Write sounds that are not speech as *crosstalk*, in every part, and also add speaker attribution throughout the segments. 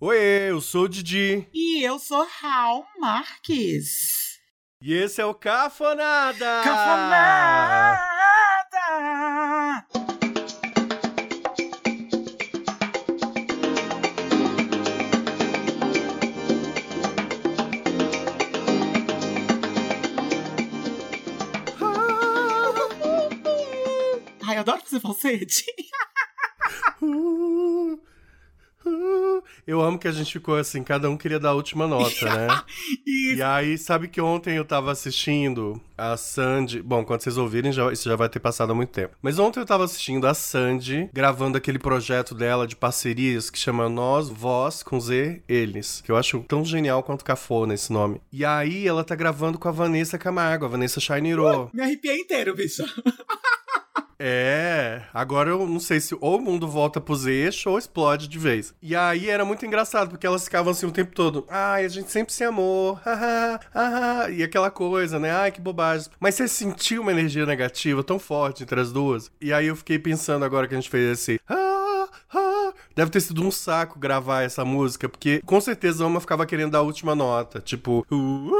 Speaker 1: Oi, eu sou o Didi.
Speaker 2: E eu sou Raul Marques.
Speaker 1: E esse é o Cafonada!
Speaker 2: Cafonada! Ai, eu adoro fazer falsete.
Speaker 1: Uh, uh. Eu amo que a gente ficou assim, cada um queria dar a última nota, né?
Speaker 2: E
Speaker 1: E aí, sabe que ontem eu tava assistindo a Sandy. Bom, quando vocês ouvirem, já, isso já vai ter passado há muito tempo. Mas ontem eu tava assistindo a Sandy gravando aquele projeto dela de parcerias que chama Nós, Vós, com Z, Eles. Que eu acho tão genial quanto cafona esse nome. E aí ela tá gravando com a Vanessa Camargo, a Vanessa Shineiro.
Speaker 2: me arrepiei inteiro, bicho.
Speaker 1: É, agora eu não sei se ou o mundo volta pros eixos ou explode de vez. E aí era muito engraçado, porque elas ficavam assim o tempo todo. Ai, a gente sempre se amou. haha, haha", e aquela coisa, né? Ai, que bobagem. Mas você sentiu uma energia negativa tão forte entre as duas? E aí eu fiquei pensando agora que a gente fez esse. "Ah, ah", Deve ter sido um saco gravar essa música, porque com certeza uma ficava querendo dar a última nota. Tipo. uh".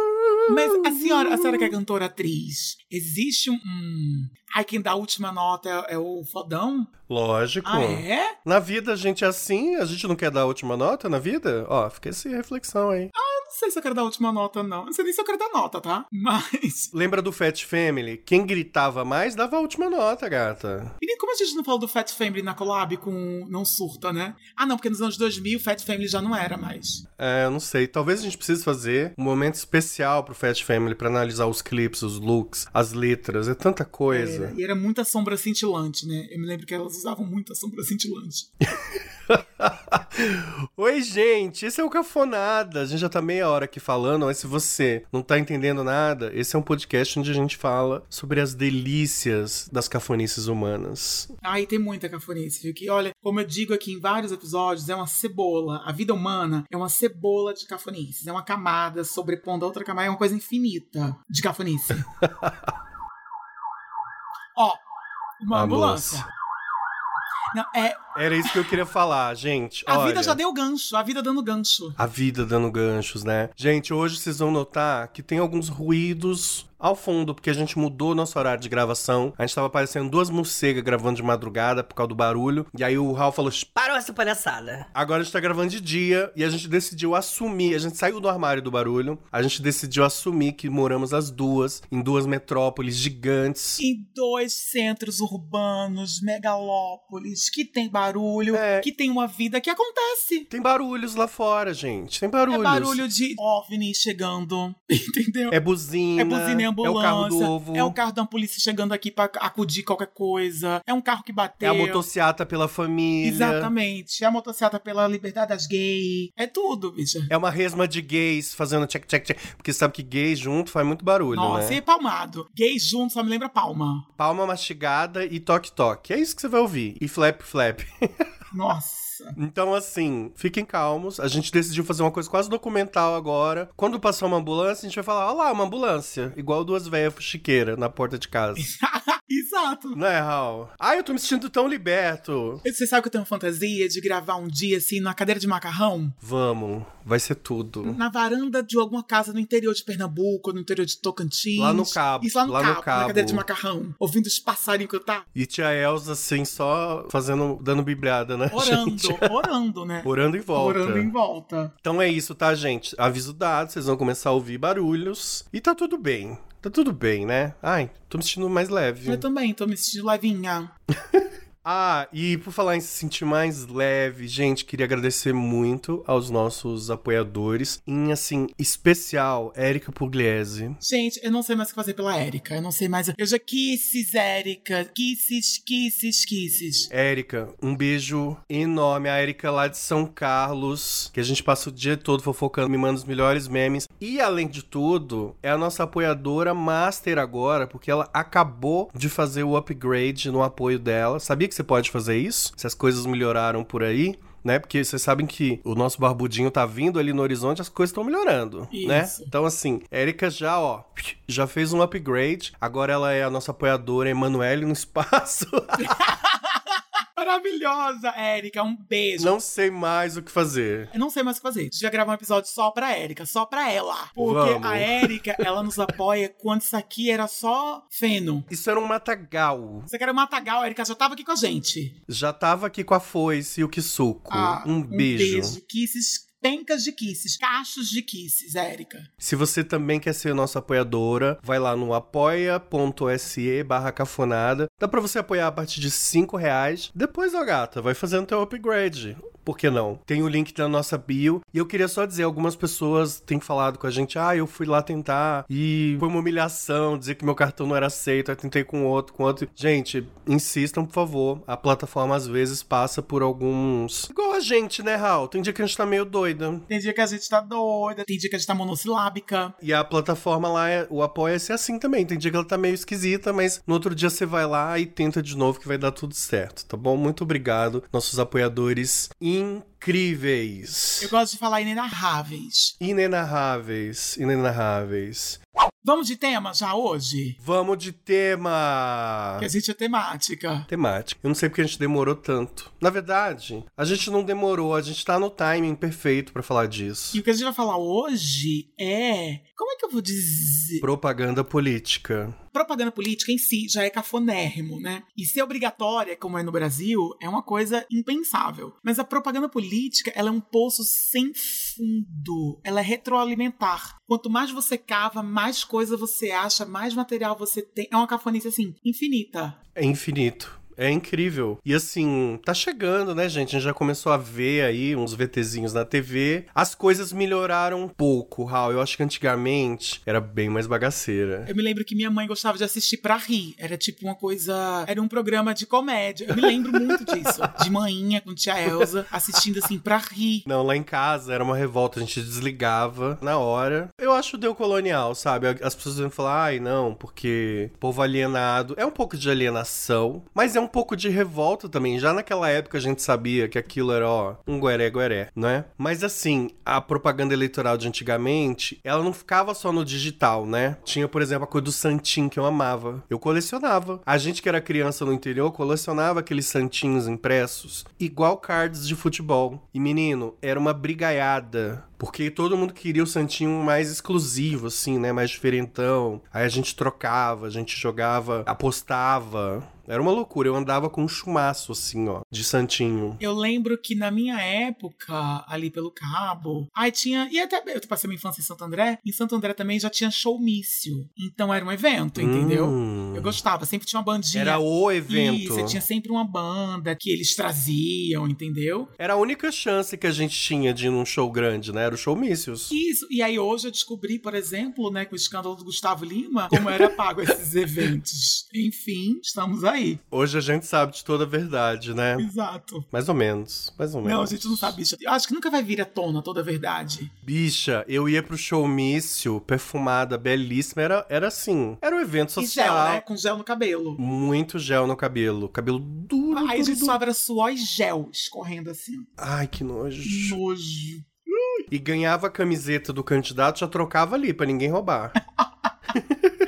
Speaker 2: Mas a senhora, a senhora que é cantora atriz, existe um. um- Ai, quem dá a última nota é, é o fodão?
Speaker 1: Lógico.
Speaker 2: Ah, é?
Speaker 1: Na vida a gente é assim, a gente não quer dar a última nota na vida? Ó, fica essa reflexão aí.
Speaker 2: Eu não sei se eu quero dar a última nota, não. Eu Não sei nem se eu quero dar nota, tá? Mas. *laughs*
Speaker 1: Lembra do Fat Family? Quem gritava mais dava a última nota, gata.
Speaker 2: E como a gente não falou do Fat Family na collab com Não Surta, né? Ah, não, porque nos anos 2000 o Fat Family já não era mais.
Speaker 1: É, eu não sei. Talvez a gente precise fazer um momento especial pro Fat Family pra analisar os clipes, os looks, as letras, é tanta coisa. *laughs*
Speaker 2: Era, e era muita sombra cintilante, né? Eu me lembro que elas usavam muita sombra cintilante.
Speaker 1: Oi, gente, esse é o Cafonada. A gente já tá meia hora aqui falando, mas se você não tá entendendo nada, esse é um podcast onde a gente fala sobre as delícias das cafonices humanas.
Speaker 2: Ai, Ah, tem muita cafonice, viu? Que olha, como eu digo aqui em vários episódios, é uma cebola. A vida humana é uma cebola de cafonices. É uma camada sobrepondo a outra camada. É uma coisa infinita
Speaker 1: *laughs*
Speaker 2: de cafonice. Ó, uma
Speaker 1: A
Speaker 2: ambulância.
Speaker 1: moça.
Speaker 2: Não, é,
Speaker 1: Era isso que eu queria falar, gente.
Speaker 2: a
Speaker 1: Olha,
Speaker 2: vida já deu gancho, a vida dando gancho.
Speaker 1: A vida dando ganchos, né? Gente, hoje vocês vão notar que tem alguns ruídos ao fundo, porque a gente mudou nosso horário de gravação. A gente tava parecendo duas morcegas gravando de madrugada por causa do barulho. E aí o Raul falou: "Shh,
Speaker 3: Parou essa palhaçada.
Speaker 1: Agora a gente tá gravando de dia e a gente decidiu assumir. A gente saiu do armário do barulho. A gente decidiu assumir que moramos as duas, em duas metrópoles gigantes.
Speaker 2: Em dois centros urbanos, megalópolis, que tem barulho,
Speaker 1: É.
Speaker 2: que tem uma vida que acontece.
Speaker 1: Tem barulhos lá fora, gente. Tem barulhos.
Speaker 2: É barulho de OVNI chegando, *laughs* entendeu?
Speaker 1: É buzina.
Speaker 2: É buzina em ambulância.
Speaker 1: É o carro do ovo.
Speaker 2: É o carro da polícia chegando aqui pra acudir qualquer coisa. É um carro que
Speaker 1: É
Speaker 2: bateu.
Speaker 1: a motociata pela família.
Speaker 2: Exatamente. É a motocicleta pela liberdade das gays. É tudo, bicha.
Speaker 1: É uma resma de gays fazendo check, check, check. Porque sabe que gay junto faz muito barulho,
Speaker 2: Nossa,
Speaker 1: né?
Speaker 2: e palmado. Gay junto só me lembra palma.
Speaker 1: Palma mastigada e toque-toque. É isso que você vai ouvir. E flap, flap. *laughs*
Speaker 2: Nossa. *laughs*
Speaker 1: então, assim, fiquem calmos. A gente decidiu fazer uma coisa quase documental agora. Quando passar uma ambulância, a gente vai falar, olha lá, uma ambulância. Igual duas velhas fuxiqueiras na porta de
Speaker 2: *laughs*
Speaker 1: casa.
Speaker 2: Exato.
Speaker 1: Não é, Raul? Ai, eu tô me sentindo tão liberto.
Speaker 2: Você sabe que eu tenho uma fantasia de gravar um dia assim na cadeira de macarrão?
Speaker 1: Vamos, vai ser tudo.
Speaker 2: Na varanda de alguma casa no interior de Pernambuco, no interior de Tocantins.
Speaker 1: Lá no Cabo,
Speaker 2: Isso lá no,
Speaker 1: lá no
Speaker 2: cabo, na
Speaker 1: Cabo.
Speaker 2: cadeira de macarrão. Ouvindo os passarinhos cantar.
Speaker 1: E tia Elsa, assim, só fazendo, dando bibliada, né,
Speaker 2: Orando,
Speaker 1: *laughs* gente?
Speaker 2: orando, né?
Speaker 1: Orando em volta.
Speaker 2: Orando em volta.
Speaker 1: Então é isso, tá, gente? Aviso dado, vocês vão começar a ouvir barulhos. E tá tudo bem. Tá tudo bem, né? Ai, tô me sentindo mais leve.
Speaker 2: Eu também tô me sentindo levinha.
Speaker 1: Ah, e por falar em se sentir mais leve, gente, queria agradecer muito aos nossos apoiadores. Em, assim, especial, Érica Pugliese.
Speaker 2: Gente, eu não sei mais o que fazer pela Érica. Eu não sei mais. Eu já kisses, Érica. Kisses, kisses, kisses.
Speaker 1: Érica, um beijo enorme. A Érica lá de São Carlos, que a gente passa o dia todo fofocando, me manda os melhores memes. E além de tudo, é a nossa apoiadora master agora, porque ela acabou de fazer o upgrade no apoio dela. Sabia que você pode fazer isso? Se as coisas melhoraram por aí? Né? Porque vocês sabem que o nosso barbudinho tá vindo ali no horizonte, as coisas estão melhorando, né?
Speaker 2: Isso.
Speaker 1: Então, assim, Érica já, ó, já fez um upgrade. Agora ela é a nossa apoiadora Emanuele no espaço.
Speaker 2: Para maravilhosa, Érica. Um beijo.
Speaker 1: Não sei mais o que fazer.
Speaker 2: Eu não sei mais o que fazer. A gente vai gravar um episódio só pra Érica, só pra ela. Porque
Speaker 1: Vamos.
Speaker 2: a Érica, ela nos apoia quando isso aqui era só feno.
Speaker 1: Isso era um matagal.
Speaker 2: Você quer o Matagal, a Erika já tava aqui com a gente.
Speaker 1: Já tava aqui com a foice e o que suco.
Speaker 2: Ah,
Speaker 1: um beijo.
Speaker 2: Kisses, pencas de kisses, cachos de kisses, Érica.
Speaker 1: Se você também quer ser nossa apoiadora, vai lá no apoia.se barra cafonada. Dá pra você apoiar a partir de 5 reais. Depois, ó gata, vai fazendo teu upgrade. Por que não? Tem o link da nossa bio. E eu queria só dizer, algumas pessoas têm falado com a gente, ah, eu fui lá tentar e foi uma humilhação dizer que meu cartão não era aceito, aí tentei com outro, com outro. Gente, insistam, por favor. A plataforma às vezes passa por alguns... Igual a gente, né, Raul? Tem dia que a gente tá meio doida.
Speaker 2: Tem dia que a gente tá doida, tem dia que a gente tá monossilábica.
Speaker 1: E a plataforma lá, é- o Apoia-se é assim também. Tem dia que ela tá meio esquisita, mas no outro dia você vai lá e tenta de novo que vai dar tudo certo, tá bom? Muito obrigado, nossos apoiadores incríveis.
Speaker 2: Eu gosto de falar inenarráveis.
Speaker 1: Inenarráveis, inenarráveis.
Speaker 2: Vamos de tema já hoje?
Speaker 1: Vamos de tema!
Speaker 2: Que a gente é temática.
Speaker 1: Temática. Eu não sei porque a gente demorou tanto. Na verdade, a gente não demorou, a gente tá no timing perfeito pra falar disso.
Speaker 2: E o que a gente vai falar hoje é. Como é que eu vou dizer?
Speaker 1: Propaganda política.
Speaker 2: propaganda política em si já é cafonérrimo, né? E ser obrigatória, como é no Brasil, é uma coisa impensável. Mas a propaganda política, ela é um poço sem fundo. Ela é retroalimentar. Quanto mais você cava, mais coisa você acha, mais material você tem. É uma cafonice, assim, infinita.
Speaker 1: É infinito. É incrível. E assim, tá chegando, né, gente? A gente já começou a ver aí uns VTzinhos na TV. As coisas melhoraram um pouco, Raul. Eu acho que antigamente era bem mais bagaceira.
Speaker 2: Eu me lembro que minha mãe gostava de assistir pra rir. Era tipo uma coisa. Era um programa de comédia. Eu me lembro muito disso. De manhinha com tia Elsa, assistindo assim pra rir.
Speaker 1: Não, lá em casa era uma revolta, a gente desligava na hora. Eu acho deu colonial, sabe? As pessoas vão falar, ai não, porque povo alienado. É um pouco de alienação, mas é um pouco de revolta também. Já naquela época a gente sabia que aquilo era, ó, um gueré-gueré, né? Mas assim, a propaganda eleitoral de antigamente, ela não ficava só no digital, né? Tinha, por exemplo, a coisa do santinho que eu amava. Eu colecionava. A gente que era criança no interior colecionava aqueles santinhos impressos, igual cards de futebol. E menino, era uma brigaiada. Porque todo mundo queria o santinho mais exclusivo, assim, né? Mais diferentão. Aí a gente trocava, a gente jogava, apostava. Era uma loucura. Eu andava com um chumaço, assim, ó, de santinho.
Speaker 2: Eu lembro que na minha época, ali pelo Cabo, aí tinha. E até eu passei minha infância em Santo André. Em Santo André também já tinha showmício. Então era um evento, entendeu?
Speaker 1: Hum.
Speaker 2: Eu gostava, sempre tinha uma bandinha.
Speaker 1: Era o
Speaker 2: E
Speaker 1: evento.
Speaker 2: você tinha sempre uma banda que eles traziam, entendeu?
Speaker 1: Era a única chance que a gente tinha de ir num show grande, né? Era o show Mícios.
Speaker 2: Isso. E aí hoje eu descobri, por exemplo, né, com o escândalo do Gustavo Lima, como era pago esses *laughs* eventos. Enfim, estamos aí.
Speaker 1: Hoje a gente sabe de toda a verdade, né?
Speaker 2: Exato.
Speaker 1: Mais ou menos, é mais ou menos.
Speaker 2: Não, a gente não sabe, bicha. Eu acho que nunca vai vir à tona toda a verdade.
Speaker 1: Bicha, eu ia pro showmício, perfumada, belíssima. Era, era assim, era um evento
Speaker 2: E gel,
Speaker 1: social.
Speaker 2: né? Com gel no cabelo.
Speaker 1: Muito gel no cabelo. Cabelo duro,
Speaker 2: Aí a
Speaker 1: duro,
Speaker 2: gente
Speaker 1: duro.
Speaker 2: só era suor e gel escorrendo assim.
Speaker 1: Ai, que nojo.
Speaker 2: Nojo.
Speaker 1: E ganhava a camiseta do candidato, já trocava ali pra ninguém roubar.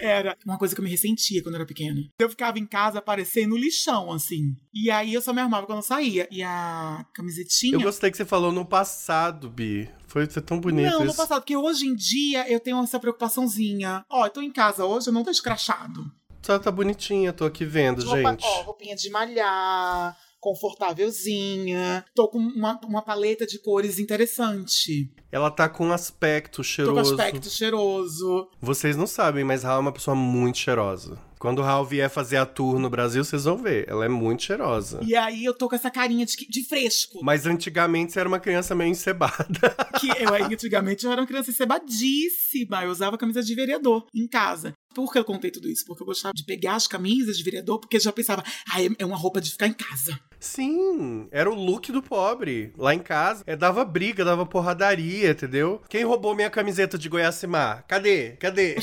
Speaker 2: Era uma coisa que eu me ressentia quando eu era pequena. Eu ficava em casa aparecendo no lixão, assim. E aí eu só me arrumava quando eu saía. E a camisetinha.
Speaker 1: Eu gostei que você falou no passado, Bi. Foi foi tão bonito
Speaker 2: Não, no
Speaker 1: isso.
Speaker 2: passado, porque hoje em dia eu tenho essa preocupaçãozinha. Ó, eu tô em casa hoje, eu não tô escrachado.
Speaker 1: Só tá bonitinha, tô aqui vendo,
Speaker 2: Roupa-
Speaker 1: gente.
Speaker 2: ó, roupinha de malhar, confortávelzinha. Tô com uma, uma paleta de cores interessante.
Speaker 1: Ela tá com um aspecto
Speaker 2: Tô com
Speaker 1: cheiroso.
Speaker 2: aspecto cheiroso.
Speaker 1: Vocês não sabem, mas Raul é uma pessoa muito cheirosa. Quando o Raul vier fazer a tour no Brasil, vocês vão ver. Ela é muito cheirosa.
Speaker 2: E aí eu tô com essa carinha de, que- de fresco.
Speaker 1: Mas antigamente você era uma criança meio encebada. *laughs*
Speaker 2: que eu antigamente eu era uma criança cebadíssima. Eu usava camisa de vereador em casa. Por que eu contei tudo isso? Porque eu gostava de pegar as camisas de vereador, porque eu já pensava, ah, é- é uma roupa de ficar em casa. *laughs*
Speaker 1: Sim, era o look do pobre. Lá em casa, é, dava briga, dava
Speaker 2: *laughs*
Speaker 1: porradaria, entendeu? Quem roubou minha camiseta de Goiás Mar? Cadê? Cadê?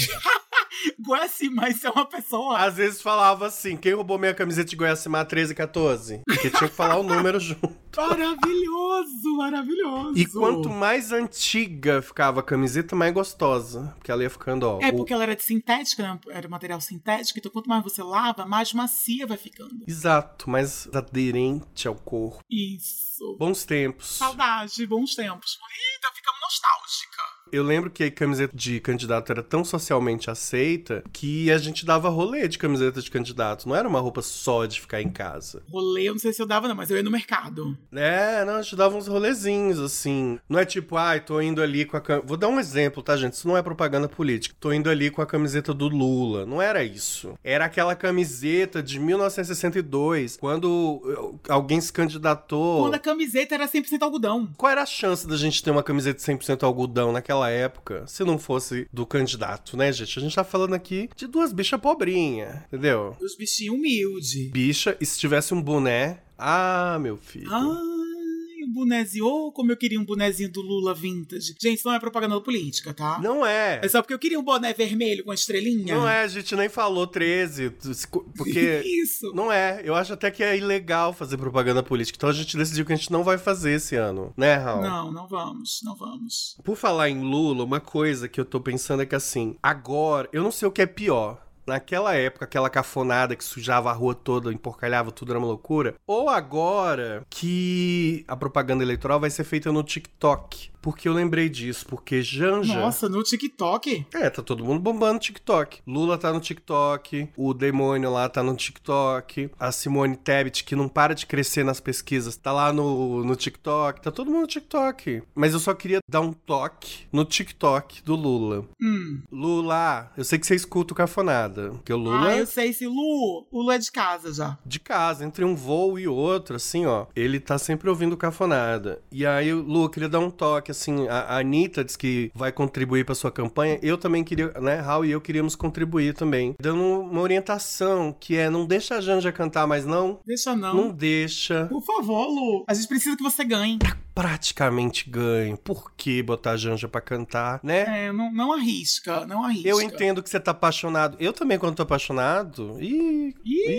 Speaker 2: Guacima, isso é uma pessoa.
Speaker 1: Às vezes falava assim, quem roubou minha camiseta de Guacima 13 e 14? Porque tinha que falar o número *laughs* junto.
Speaker 2: Maravilhoso, maravilhoso.
Speaker 1: E quanto mais antiga ficava a camiseta, mais gostosa. Porque ela ia ficando, ó.
Speaker 2: É
Speaker 1: o-
Speaker 2: porque ela era de sintética, né? era um material sintético, então quanto mais você lava, mais macia vai ficando.
Speaker 1: Exato, mais aderente ao corpo.
Speaker 2: Isso.
Speaker 1: Bons tempos.
Speaker 2: Saudade, bons tempos. Eita, ficamos nostálgica.
Speaker 1: Eu lembro que a camiseta de candidato era tão socialmente aceita que a gente dava rolê de camiseta de candidato. Não era uma roupa só de ficar em casa.
Speaker 2: Rolê, eu não sei se eu dava, não, mas eu ia no mercado.
Speaker 1: É, não, a gente dava uns rolezinhos, assim. Não é tipo, ai, tô indo ali com a cam... Vou dar um exemplo, tá, gente? Isso não é propaganda política. Tô indo ali com a camiseta do Lula. Não era isso. Era aquela camiseta de 1962, quando eh, alguém se candidatou.
Speaker 2: Quando a camiseta era 100% algodão.
Speaker 1: Qual era a chance da gente ter uma camiseta 100% algodão naquela época, se não fosse do candidato, né, gente? A gente tá falando aqui de duas bichas pobrinhas, entendeu?
Speaker 2: Os bichinhos humildes.
Speaker 1: Bicha, e se tivesse um boné, ah, meu filho.
Speaker 2: Ai, um bonezinho. Ou como eu queria um bonezinho do Lula vintage. Gente, isso não é propaganda política, tá?
Speaker 1: Não é.
Speaker 2: É só porque eu queria um boné vermelho com a estrelinha.
Speaker 1: Não é, a gente nem falou 13, porque
Speaker 2: *laughs* Isso.
Speaker 1: não é. Eu acho até que é ilegal fazer propaganda política. Então a gente decidiu que a gente não vai fazer esse ano, né, Raul?
Speaker 2: Não, não vamos, não vamos.
Speaker 1: Por falar em Lula, uma coisa que eu tô pensando é que assim, agora, eu não sei o que é pior. Naquela época, aquela cafonada que sujava a rua toda, emporcalhava tudo, era uma loucura. Ou agora que a propaganda eleitoral vai ser feita no TikTok. Porque eu lembrei disso, porque Janja.
Speaker 2: Nossa, no TikTok?
Speaker 1: É, tá todo mundo bombando o TikTok. Lula tá no TikTok, o demônio lá tá no TikTok, a Simone Tebet, que não para de crescer nas pesquisas, tá lá no, no TikTok, tá todo mundo no TikTok. Mas eu só queria dar um toque no TikTok do Lula.
Speaker 2: Hum.
Speaker 1: Lula, eu sei que você escuta o Cafonada, porque o Lula...
Speaker 2: Ah, eu sei se Lu. O Lu é de casa já.
Speaker 1: De casa, entre um voo e outro, assim, ó. Ele tá sempre ouvindo o cafonada. E aí, Lu, eu queria dar um toque, assim. A, a Anitta diz que vai contribuir pra sua campanha. Eu também queria, né? Raul e eu queríamos contribuir também. Dando uma orientação, que é não deixa a Janja cantar mais, não.
Speaker 2: Deixa não.
Speaker 1: Não deixa.
Speaker 2: Por favor, Lu. A gente precisa que você ganhe.
Speaker 1: Praticamente ganho. Por que botar a Janja pra cantar, né?
Speaker 2: É, não, não arrisca, não arrisca.
Speaker 1: Eu entendo que você tá apaixonado. Eu também, quando tô apaixonado. Ih,
Speaker 2: Ih,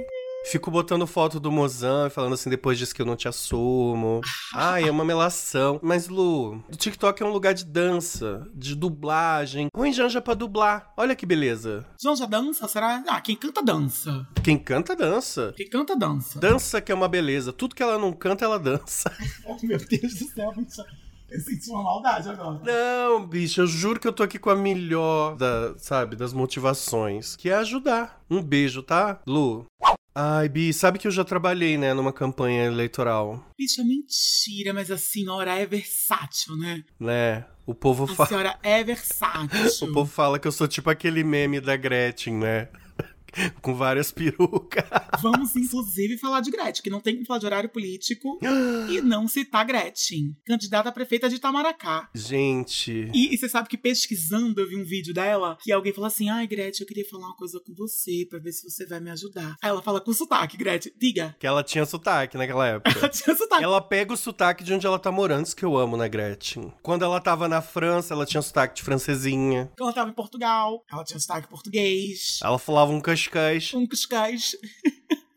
Speaker 1: Ih. Fico botando foto do Mozan, falando assim, depois disso que eu não te assumo. Ai, é uma melação. Mas, Lu, o TikTok é um lugar de dança, de dublagem. Põe Janja é pra dublar. Olha que beleza.
Speaker 2: João já dança? Será? Ah, quem canta, dança.
Speaker 1: Quem canta, dança.
Speaker 2: Quem canta, dança.
Speaker 1: Dança que é uma beleza. Tudo que ela não canta, ela dança.
Speaker 2: Oh, meu Deus do céu, bicho. Eu senti uma maldade agora.
Speaker 1: Não, bicho, eu juro que eu tô aqui com a melhor, da, sabe, das motivações, que é ajudar. Um beijo, tá, Lu? Ai, Bi, sabe que eu já trabalhei, né, numa campanha eleitoral,
Speaker 2: Bicho, é mentira, mas a senhora é versátil, né?
Speaker 1: né? O povo
Speaker 2: A
Speaker 1: fala.
Speaker 2: senhora é
Speaker 1: O *laughs*
Speaker 2: versátil.
Speaker 1: povo fala que eu sou tipo aquele meme da Gretchen, né? *laughs* Com várias perucas.
Speaker 2: Vamos, inclusive, falar de Gretchen, que não tem como falar de horário político e não citar Gretchen, candidata a prefeita de Itamaracá.
Speaker 1: Gente.
Speaker 2: E, e você sabe que pesquisando eu vi um vídeo dela que alguém falou assim: Ai, Gretchen, eu queria falar uma coisa com você pra ver se você vai me ajudar. Aí ela fala com sotaque, Gretchen, diga. *laughs*
Speaker 1: Que ela tinha sotaque naquela época.
Speaker 2: Ela tinha sotaque.
Speaker 1: Ela pega o sotaque de onde ela tá morando, isso que eu amo na Gretchen. Quando ela tava na França, ela tinha sotaque de francesinha.
Speaker 2: Ela tava em Portugal, ela tinha sotaque português.
Speaker 1: Ela falava um cascais.
Speaker 2: Um cuscais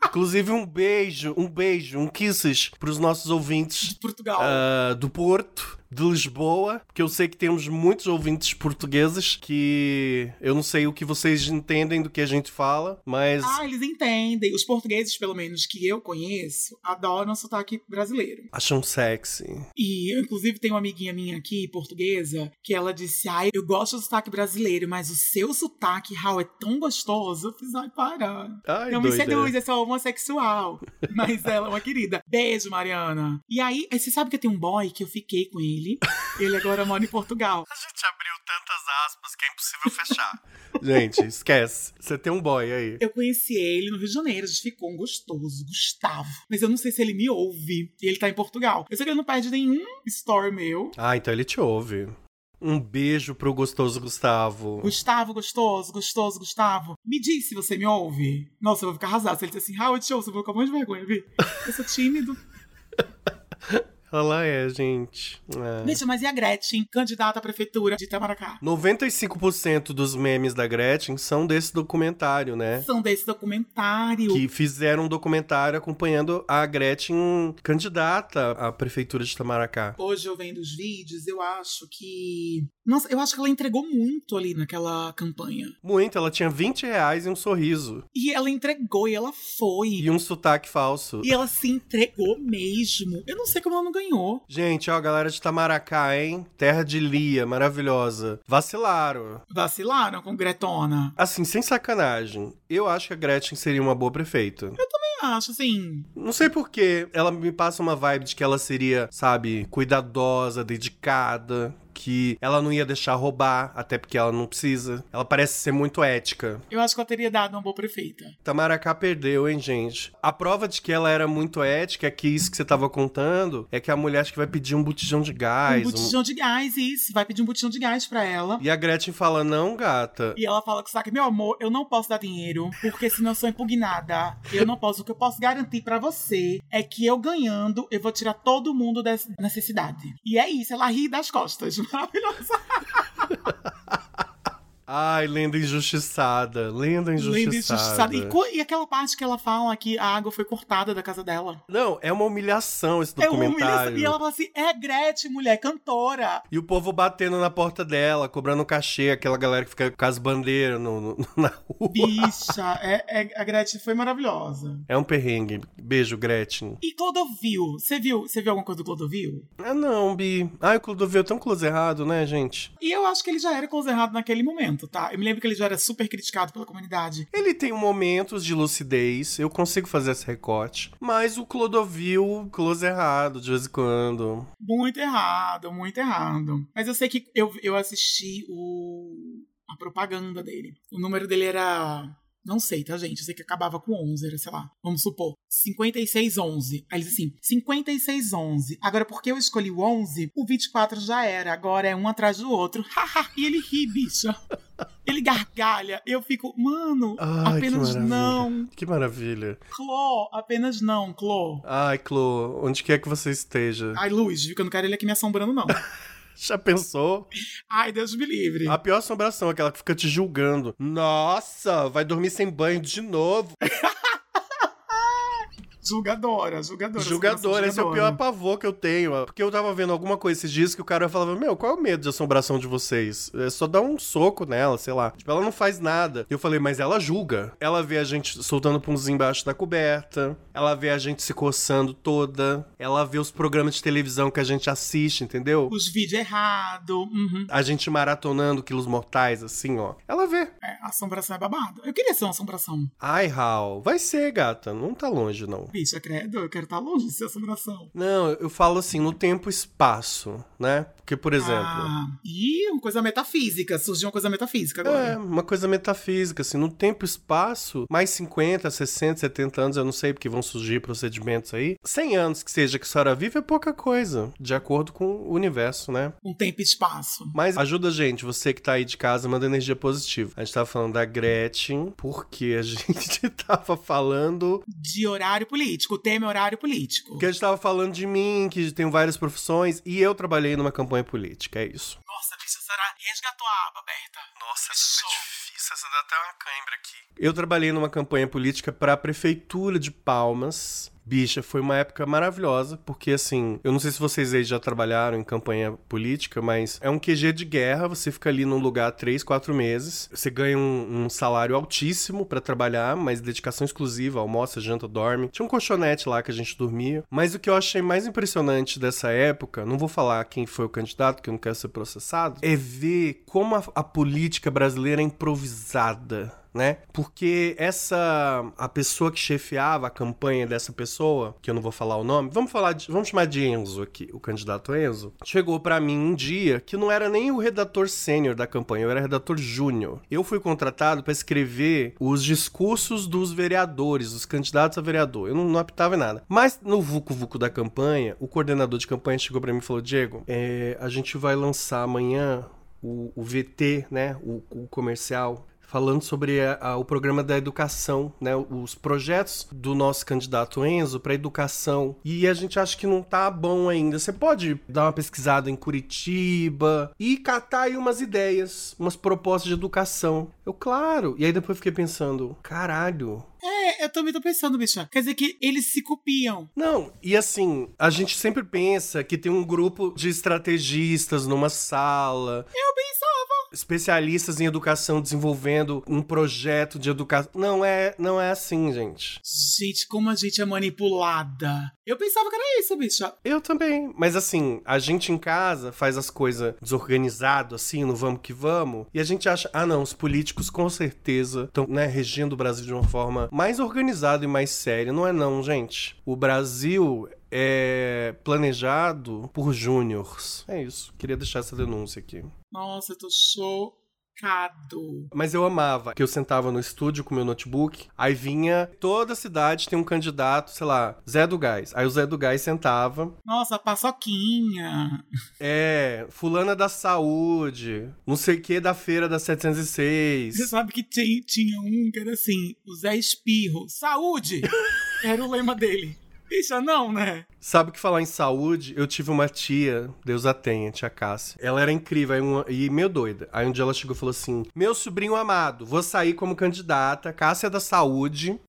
Speaker 1: Inclusive, um beijo, um beijo, um kisses pros nossos ouvintes
Speaker 2: de Portugal.
Speaker 1: ah, do Porto, de Lisboa, porque eu sei que temos muitos ouvintes portugueses que eu não sei o que vocês entendem do que a gente fala, mas
Speaker 2: Ah, eles entendem. Os portugueses, pelo menos que eu conheço, adoram sotaque brasileiro.
Speaker 1: acham sexy.
Speaker 2: E eu, inclusive, tenho uma amiguinha minha aqui, portuguesa, que ela disse: Ai, eu gosto do sotaque brasileiro, mas o seu sotaque, Raul, é tão gostoso. Eu fiz, ai, para.
Speaker 1: Ai,
Speaker 2: Não me
Speaker 1: doida.
Speaker 2: seduz, é só homossexual. Mas ela é uma querida. Beijo, Mariana. E aí, aí você sabe que eu tenho um boy que eu fiquei com ele. Ele agora mora em Portugal.
Speaker 1: A gente abriu tantas aspas que é impossível fechar. *laughs* gente, esquece. Você tem um boy aí.
Speaker 2: Eu conheci ele no Rio de Janeiro, a gente ficou um gostoso, Gustavo. Mas eu não sei se ele me ouve. E ele tá em Portugal. Eu sei que ele não perde nenhum story meu.
Speaker 1: Ah, então ele te ouve. Um beijo pro gostoso Gustavo.
Speaker 2: Gustavo, gostoso, gostoso, Gustavo. Me diz se você me ouve. Nossa, eu vou ficar arrasada. Se ele disser assim, ah, eu te ouço, eu vou ficar com um monte de vergonha, vi? Eu sou tímido.
Speaker 1: Ela é, gente. *laughs* É.
Speaker 2: Gente, mas e a Gretchen, candidata à prefeitura de Itamaracá?
Speaker 1: 95% dos memes da Gretchen são desse documentário, né?
Speaker 2: São desse documentário.
Speaker 1: Que fizeram um documentário acompanhando a Gretchen candidata à prefeitura de Itamaracá.
Speaker 2: Hoje eu vendo os vídeos, eu acho que. Nossa, eu acho que ela entregou muito ali naquela campanha.
Speaker 1: Muito, ela tinha 20 reais e um sorriso.
Speaker 2: E ela entregou, e ela foi.
Speaker 1: E um sotaque falso.
Speaker 2: E ela se entregou mesmo. Eu não sei como ela não ganhou.
Speaker 1: Gente, ó, galera de Tamaracá, hein? Terra de Lia, maravilhosa. Vacilaram.
Speaker 2: Vacilaram com Gretona.
Speaker 1: Assim, sem sacanagem, eu acho que a Gretchen seria uma boa prefeita.
Speaker 2: Eu também acho, assim.
Speaker 1: Não sei porquê, ela me passa uma vibe de que ela seria, sabe, cuidadosa, dedicada, que ela não ia deixar roubar, até porque ela não precisa. Ela parece ser muito ética.
Speaker 2: Eu acho que ela teria dado uma boa prefeita.
Speaker 1: Tamaracá perdeu, hein, gente? A prova de que ela era muito ética é que isso que você tava contando é que a mulher acho que vai pedir um botijão de gás. um-
Speaker 2: um botijão de gás, isso. Vai pedir um botijão de gás pra ela.
Speaker 1: E a Gretchen fala: não, gata.
Speaker 2: E ela fala com o Saque, meu amor, eu não posso dar dinheiro, porque senão eu sou impugnada. Eu não posso. O que eu posso garantir pra você é que eu ganhando, eu vou tirar todo mundo dessa necessidade. E é isso, ela ri das costas. *laughs* Maravilhosa.
Speaker 1: Ai, lenda injustiçada. Lenda injustiçada.
Speaker 2: Lenda injustiçada. E, co- e aquela parte que ela fala que a água foi cortada da casa dela.
Speaker 1: Não, é uma humilhação esse
Speaker 2: É uma
Speaker 1: documentário.
Speaker 2: humilhação. E ela fala assim: é Gretchen, mulher, cantora.
Speaker 1: E o povo batendo na porta dela, cobrando cachê, aquela galera que fica com as bandeiras no, no- na rua.
Speaker 2: Bicha, é, é- a Gretchen foi maravilhosa.
Speaker 1: É um perrengue. Beijo, Gretchen.
Speaker 2: E Clodovil, você viu, você viu alguma coisa do Clodovil?
Speaker 1: Ah, não, Bi. Ai, o Clodovil é tão close errado, né, gente?
Speaker 2: E eu acho que ele já era close errado naquele momento, tá? Eu me lembro que ele já era super criticado pela comunidade.
Speaker 1: Ele tem momentos de lucidez, eu consigo fazer esse recorte. Mas o Clodovil, close errado, de vez em quando.
Speaker 2: Muito errado, muito errado. Mas eu sei que eu, eu assisti o, a propaganda dele. O número dele era. Não sei, tá, gente? Eu sei que acabava com 11, era, sei lá, vamos supor, 5611. Aí eles assim, 5611. Agora, porque eu escolhi o 11, o 24 já era, agora é um atrás do outro. *laughs* Haha, e ele ri, bicha. Ele gargalha. Eu fico, mano,
Speaker 1: Ai,
Speaker 2: apenas
Speaker 1: que maravilha.
Speaker 2: não.
Speaker 1: Que maravilha.
Speaker 2: Cló, apenas não, Cló.
Speaker 1: Ai, Clo, onde quer que você esteja?
Speaker 2: Ai, Luiz, viu que eu não quero ele aqui me assombrando, não.
Speaker 1: Já pensou?
Speaker 2: Ai, Deus me livre.
Speaker 1: A pior assombração é aquela que fica te julgando. Nossa, vai dormir sem banho de novo.
Speaker 2: Julgadora, julgadora.
Speaker 1: Julgador, esse é o
Speaker 2: né?
Speaker 1: pior pavor que eu tenho. é, Porque eu tava vendo alguma coisa esses dias que o cara falava: Meu, qual é o medo de assombração de vocês? É só dar um soco nela, sei lá. Tipo, ela não faz nada. E eu falei: Mas ela julga. Ela vê a gente soltando punzinho embaixo da coberta. Ela vê a gente se coçando toda. Ela vê os programas de televisão que a gente assiste, entendeu?
Speaker 2: Os vídeos errados. Uhum.
Speaker 1: A gente maratonando quilos mortais, assim, ó. Ela vê.
Speaker 2: É, assombração é babado. Eu queria ser uma assombração.
Speaker 1: Ai, Raul, vai ser, gata. Não tá longe, não.
Speaker 2: Bicha, credo, eu quero estar longe de ser assombração.
Speaker 1: Não, eu falo assim, no tempo e espaço, né? Porque, por exemplo.
Speaker 2: Ah, e uma coisa metafísica. Surgiu uma coisa metafísica
Speaker 1: É,
Speaker 2: agora.
Speaker 1: uma coisa metafísica, assim, no tempo e espaço, mais 50, 60, 70 anos, eu não sei, porque vão surgir procedimentos aí. 100 anos que seja que a senhora vive é pouca coisa, de acordo com o universo, né?
Speaker 2: Um tempo e espaço.
Speaker 1: Mas ajuda a gente, você que tá aí de casa, manda energia positiva. A gente tava falando da Gretchen, porque a *laughs* gente tava falando.
Speaker 2: De horário político. O tema é horário político.
Speaker 1: Porque a gente tava falando de mim, que tenho várias profissões, e eu trabalhei numa campanha política, é isso.
Speaker 2: Nossa, bicha, será? Resgatou a aba aberta.
Speaker 1: Nossa, é
Speaker 2: essa foi
Speaker 1: difícil, essa dá até uma cãibra aqui. Eu trabalhei numa campanha política para a prefeitura de Palmas. Bicha, foi uma época maravilhosa, porque assim, eu não sei se vocês aí já trabalharam em campanha política, mas é um QG de guerra, você fica ali num lugar três, quatro meses, você ganha um, um salário altíssimo para trabalhar, mas dedicação exclusiva, almoça, janta, dorme. Tinha um colchonete lá que a gente dormia. Mas o que eu achei mais impressionante dessa época, não vou falar quem foi o candidato, que eu não quero ser processado, é ver como a, a política brasileira é improvisada né? Porque essa a pessoa que chefiava a campanha dessa pessoa, que eu não vou falar o nome, vamos falar de- vamos chamar de Enzo aqui, o candidato Enzo, chegou pra mim um dia que não era nem o redator sênior da campanha, eu era redator júnior. Eu fui contratado pra escrever os discursos dos vereadores, dos candidatos a vereador. Eu não, não apitava em nada. Mas no vucu vucu da campanha, o coordenador de campanha chegou pra mim e falou: "Diego, é, a gente vai lançar amanhã o, o VT, né? O, o comercial falando sobre a, a, o programa da educação, né? Os projetos do nosso candidato Enzo para educação. E a gente acha que não tá bom ainda. Você pode dar uma pesquisada em Curitiba e catar aí umas ideias, umas propostas de educação. Eu, claro. E aí depois fiquei pensando, caralho,
Speaker 2: é, eu também tô pensando, bicho. Quer dizer que eles se copiam.
Speaker 1: Não, e assim, a gente sempre pensa que tem um grupo de estrategistas numa sala.
Speaker 2: Eu pensava.
Speaker 1: Especialistas em educação desenvolvendo um projeto de educação. Não é, não é assim, gente.
Speaker 2: Gente, como a gente é manipulada. Eu pensava que era isso, bicho.
Speaker 1: Eu também. Mas assim, a gente em casa faz as coisas desorganizado, assim, no vamos que vamos. E a gente acha, ah não, os políticos com certeza estão, né, regendo o Brasil de uma forma mais organizado e mais sério, não é não, gente. O Brasil é planejado por júniors. É isso. Queria deixar essa denúncia aqui.
Speaker 2: Nossa, eu tô show
Speaker 1: mas eu amava que eu sentava no estúdio com meu notebook, aí vinha toda a cidade tem um candidato, sei lá, Zé do Gás. Aí o Zé do Gás sentava.
Speaker 2: Nossa, paçoquinha.
Speaker 1: É, fulana da saúde, não sei o que da feira da 706.
Speaker 2: Você sabe que tinha um que era assim, o Zé Espirro, *laughs* saúde. Era o lema dele. Isso não, né?
Speaker 1: Sabe que falar em saúde, eu tive uma tia, Deus a tenha, tia Cássia. Ela era incrível aí uma, e meio doida. Aí um dia ela chegou e falou assim: Meu sobrinho amado, vou sair como candidata, Cássia é da Saúde.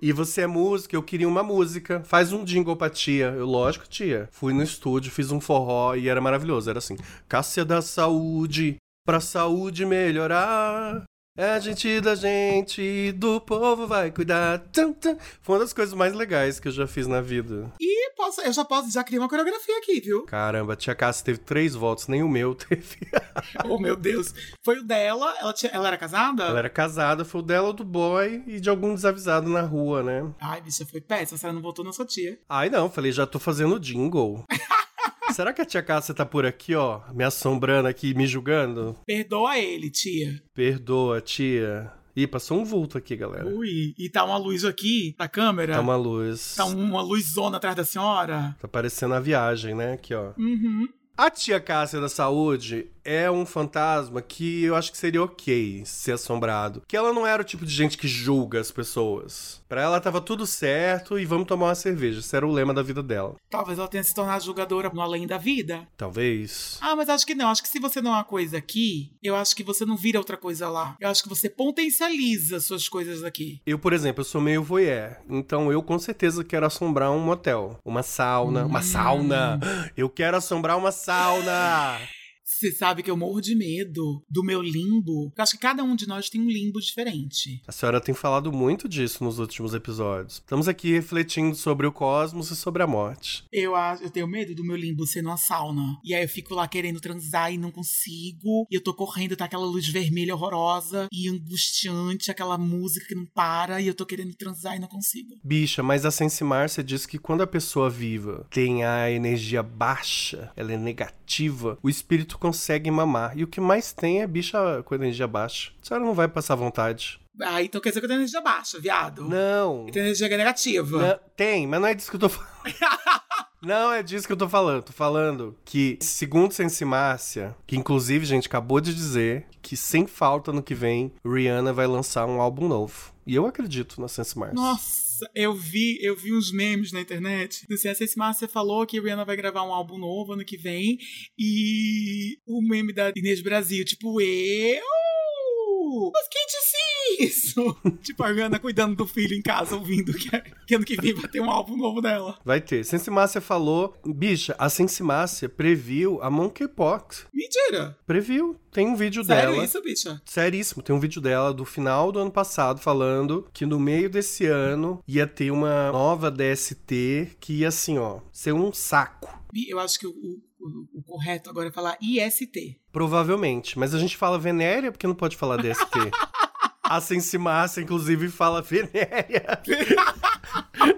Speaker 1: e você é música, eu queria uma música. Faz um jingle pra tia. Eu, lógico, tia. Fui no estúdio, fiz um forró e era maravilhoso. Era assim: Cássia da Saúde, pra saúde melhorar. É A gente da gente, do povo vai cuidar. Tum, tum. Foi uma das coisas mais legais que eu já fiz na vida.
Speaker 2: E posso, eu já posso, já criei uma coreografia aqui, viu?
Speaker 1: Caramba, a tia Cássia teve três votos, nem o meu *laughs* teve.
Speaker 2: oh, meu Deus. Foi o dela, ela, tinha, ela era casada?
Speaker 1: Ela era casada, foi o dela, do boy e de algum desavisado na rua, né?
Speaker 2: Ai, bicha, foi péssima, você não votou na sua tia.
Speaker 1: Ai, não, falei, já tô fazendo jingle. Será que a tia Cássia tá por aqui, ó, me assombrando aqui, me julgando?
Speaker 2: Perdoa ele, tia.
Speaker 1: Perdoa, tia. Ih, passou um vulto aqui, galera.
Speaker 2: Ui, e tá uma luz aqui na câmera?
Speaker 1: Tá uma luz.
Speaker 2: Tá uma luzona atrás da senhora?
Speaker 1: Tá parecendo a viagem, né? Aqui, ó.
Speaker 2: Uhum.
Speaker 1: A tia Cássia da Saúde é um fantasma que eu acho que seria ok ser assombrado. Que ela não era o tipo de gente que julga as pessoas. Para ela tava tudo certo e vamos tomar uma cerveja. Esse era o lema da vida dela.
Speaker 2: Talvez ela tenha se tornado julgadora no além da vida.
Speaker 1: Talvez.
Speaker 2: Ah, mas acho que não. Acho que se você não é uma coisa aqui, eu acho que você não vira outra coisa lá. Eu acho que você potencializa suas coisas aqui.
Speaker 1: Eu, por exemplo, eu sou meio voyeur. Então eu com certeza quero assombrar um motel. Uma sauna. Hum. Uma sauna! Eu quero assombrar uma sauna!
Speaker 2: Você sabe que eu morro de medo do meu limbo. Eu acho que cada um de nós tem um limbo diferente.
Speaker 1: A senhora tem falado muito disso nos últimos episódios. Estamos aqui refletindo sobre o cosmos e sobre a morte.
Speaker 2: Eu, eu tenho medo do meu limbo ser numa sauna. E aí eu fico lá querendo transar e não consigo. E eu tô correndo, tá aquela luz vermelha horrorosa e angustiante, aquela música que não para. E eu tô querendo transar e não consigo.
Speaker 1: Bicha, mas a Sense Márcia diz que quando a pessoa viva tem a energia baixa, ela é negativa, o espírito consegue mamar. E o que mais tem é bicha com energia baixa. A senhora não vai passar vontade.
Speaker 2: Ah, então quer dizer que eu tenho energia baixa, viado.
Speaker 1: Não.
Speaker 2: Eu tenho energia negativa. Não,
Speaker 1: tem, mas não é disso que eu tô
Speaker 2: *laughs*
Speaker 1: falando. Não, é disso que eu tô falando. Tô falando que, segundo Sense Márcia, que inclusive, gente, acabou de dizer que sem falta no que vem, Rihanna vai lançar um álbum novo. E eu acredito na Sense Márcia.
Speaker 2: Nossa, eu vi, eu vi uns memes na internet. Assim, a Sense Márcia falou que Rihanna vai gravar um álbum novo ano que vem. E o meme da Inês Brasil, tipo, eu. Mas quem disse isso? *laughs* tipo, a Rihanna cuidando do filho em casa, ouvindo que, que ano que vem vai ter um álbum novo dela.
Speaker 1: Vai ter. Sense Márcia falou. Bicha, a Sense Márcia previu a Monkeypox.
Speaker 2: Mentira!
Speaker 1: Previu. Tem um vídeo
Speaker 2: Sério
Speaker 1: dela.
Speaker 2: Sério isso, bicha?
Speaker 1: Seríssimo. Tem um vídeo dela do final do ano passado falando que no meio desse ano ia ter uma nova DST que ia assim, ó, ser um saco.
Speaker 2: Eu acho que o, o, o correto agora é falar IST.
Speaker 1: Provavelmente. Mas a gente fala venéria porque não pode falar DST. a Sensimácia, Assim inclusive, fala venéria.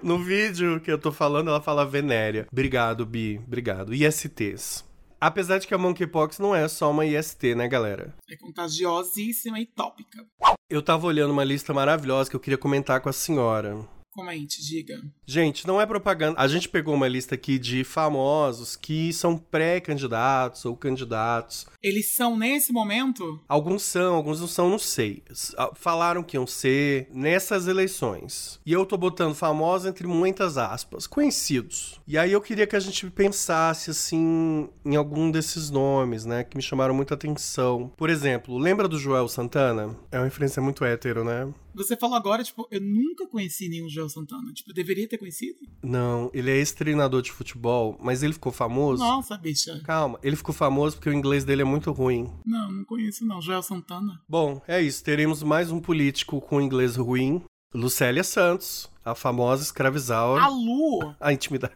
Speaker 1: no vídeo que eu tô falando, ela fala venéria. Obrigado, Bi. Obrigado. ISTs. Apesar de que a monkeypox não é só uma IST, né, galera?
Speaker 2: É contagiosíssima e tópica.
Speaker 1: Eu tava olhando uma lista maravilhosa que eu queria comentar com a senhora.
Speaker 2: Comente, diga.
Speaker 1: Gente, não é propaganda. A gente pegou uma lista aqui de famosos que são pré-candidatos ou candidatos.
Speaker 2: Eles são, nesse momento,
Speaker 1: Alguns são, alguns não são, não sei. S- ah, Falaram que iam ser nessas eleições. E eu tô botando famosos entre muitas aspas, conhecidos. E aí eu queria que a gente pensasse, assim, em algum desses nomes, né, que me chamaram muita atenção. Por exemplo, lembra do Joel Santana? É uma referência muito hétero, né?
Speaker 2: você falou agora, tipo, eu nunca conheci nenhum Joel Santana. Tipo, eu deveria ter conhecido?
Speaker 1: Não, ele é ex-treinador de futebol, mas ele ficou famoso.
Speaker 2: Nossa, bicha.
Speaker 1: Calma, ele ficou famoso porque o inglês dele é muito ruim.
Speaker 2: Não, não conheço não. Joel Santana.
Speaker 1: Bom, é isso. Teremos mais um político com inglês ruim. Lucélia Santos, a famosa escravizaura.
Speaker 2: A Lu,
Speaker 1: A intimidade.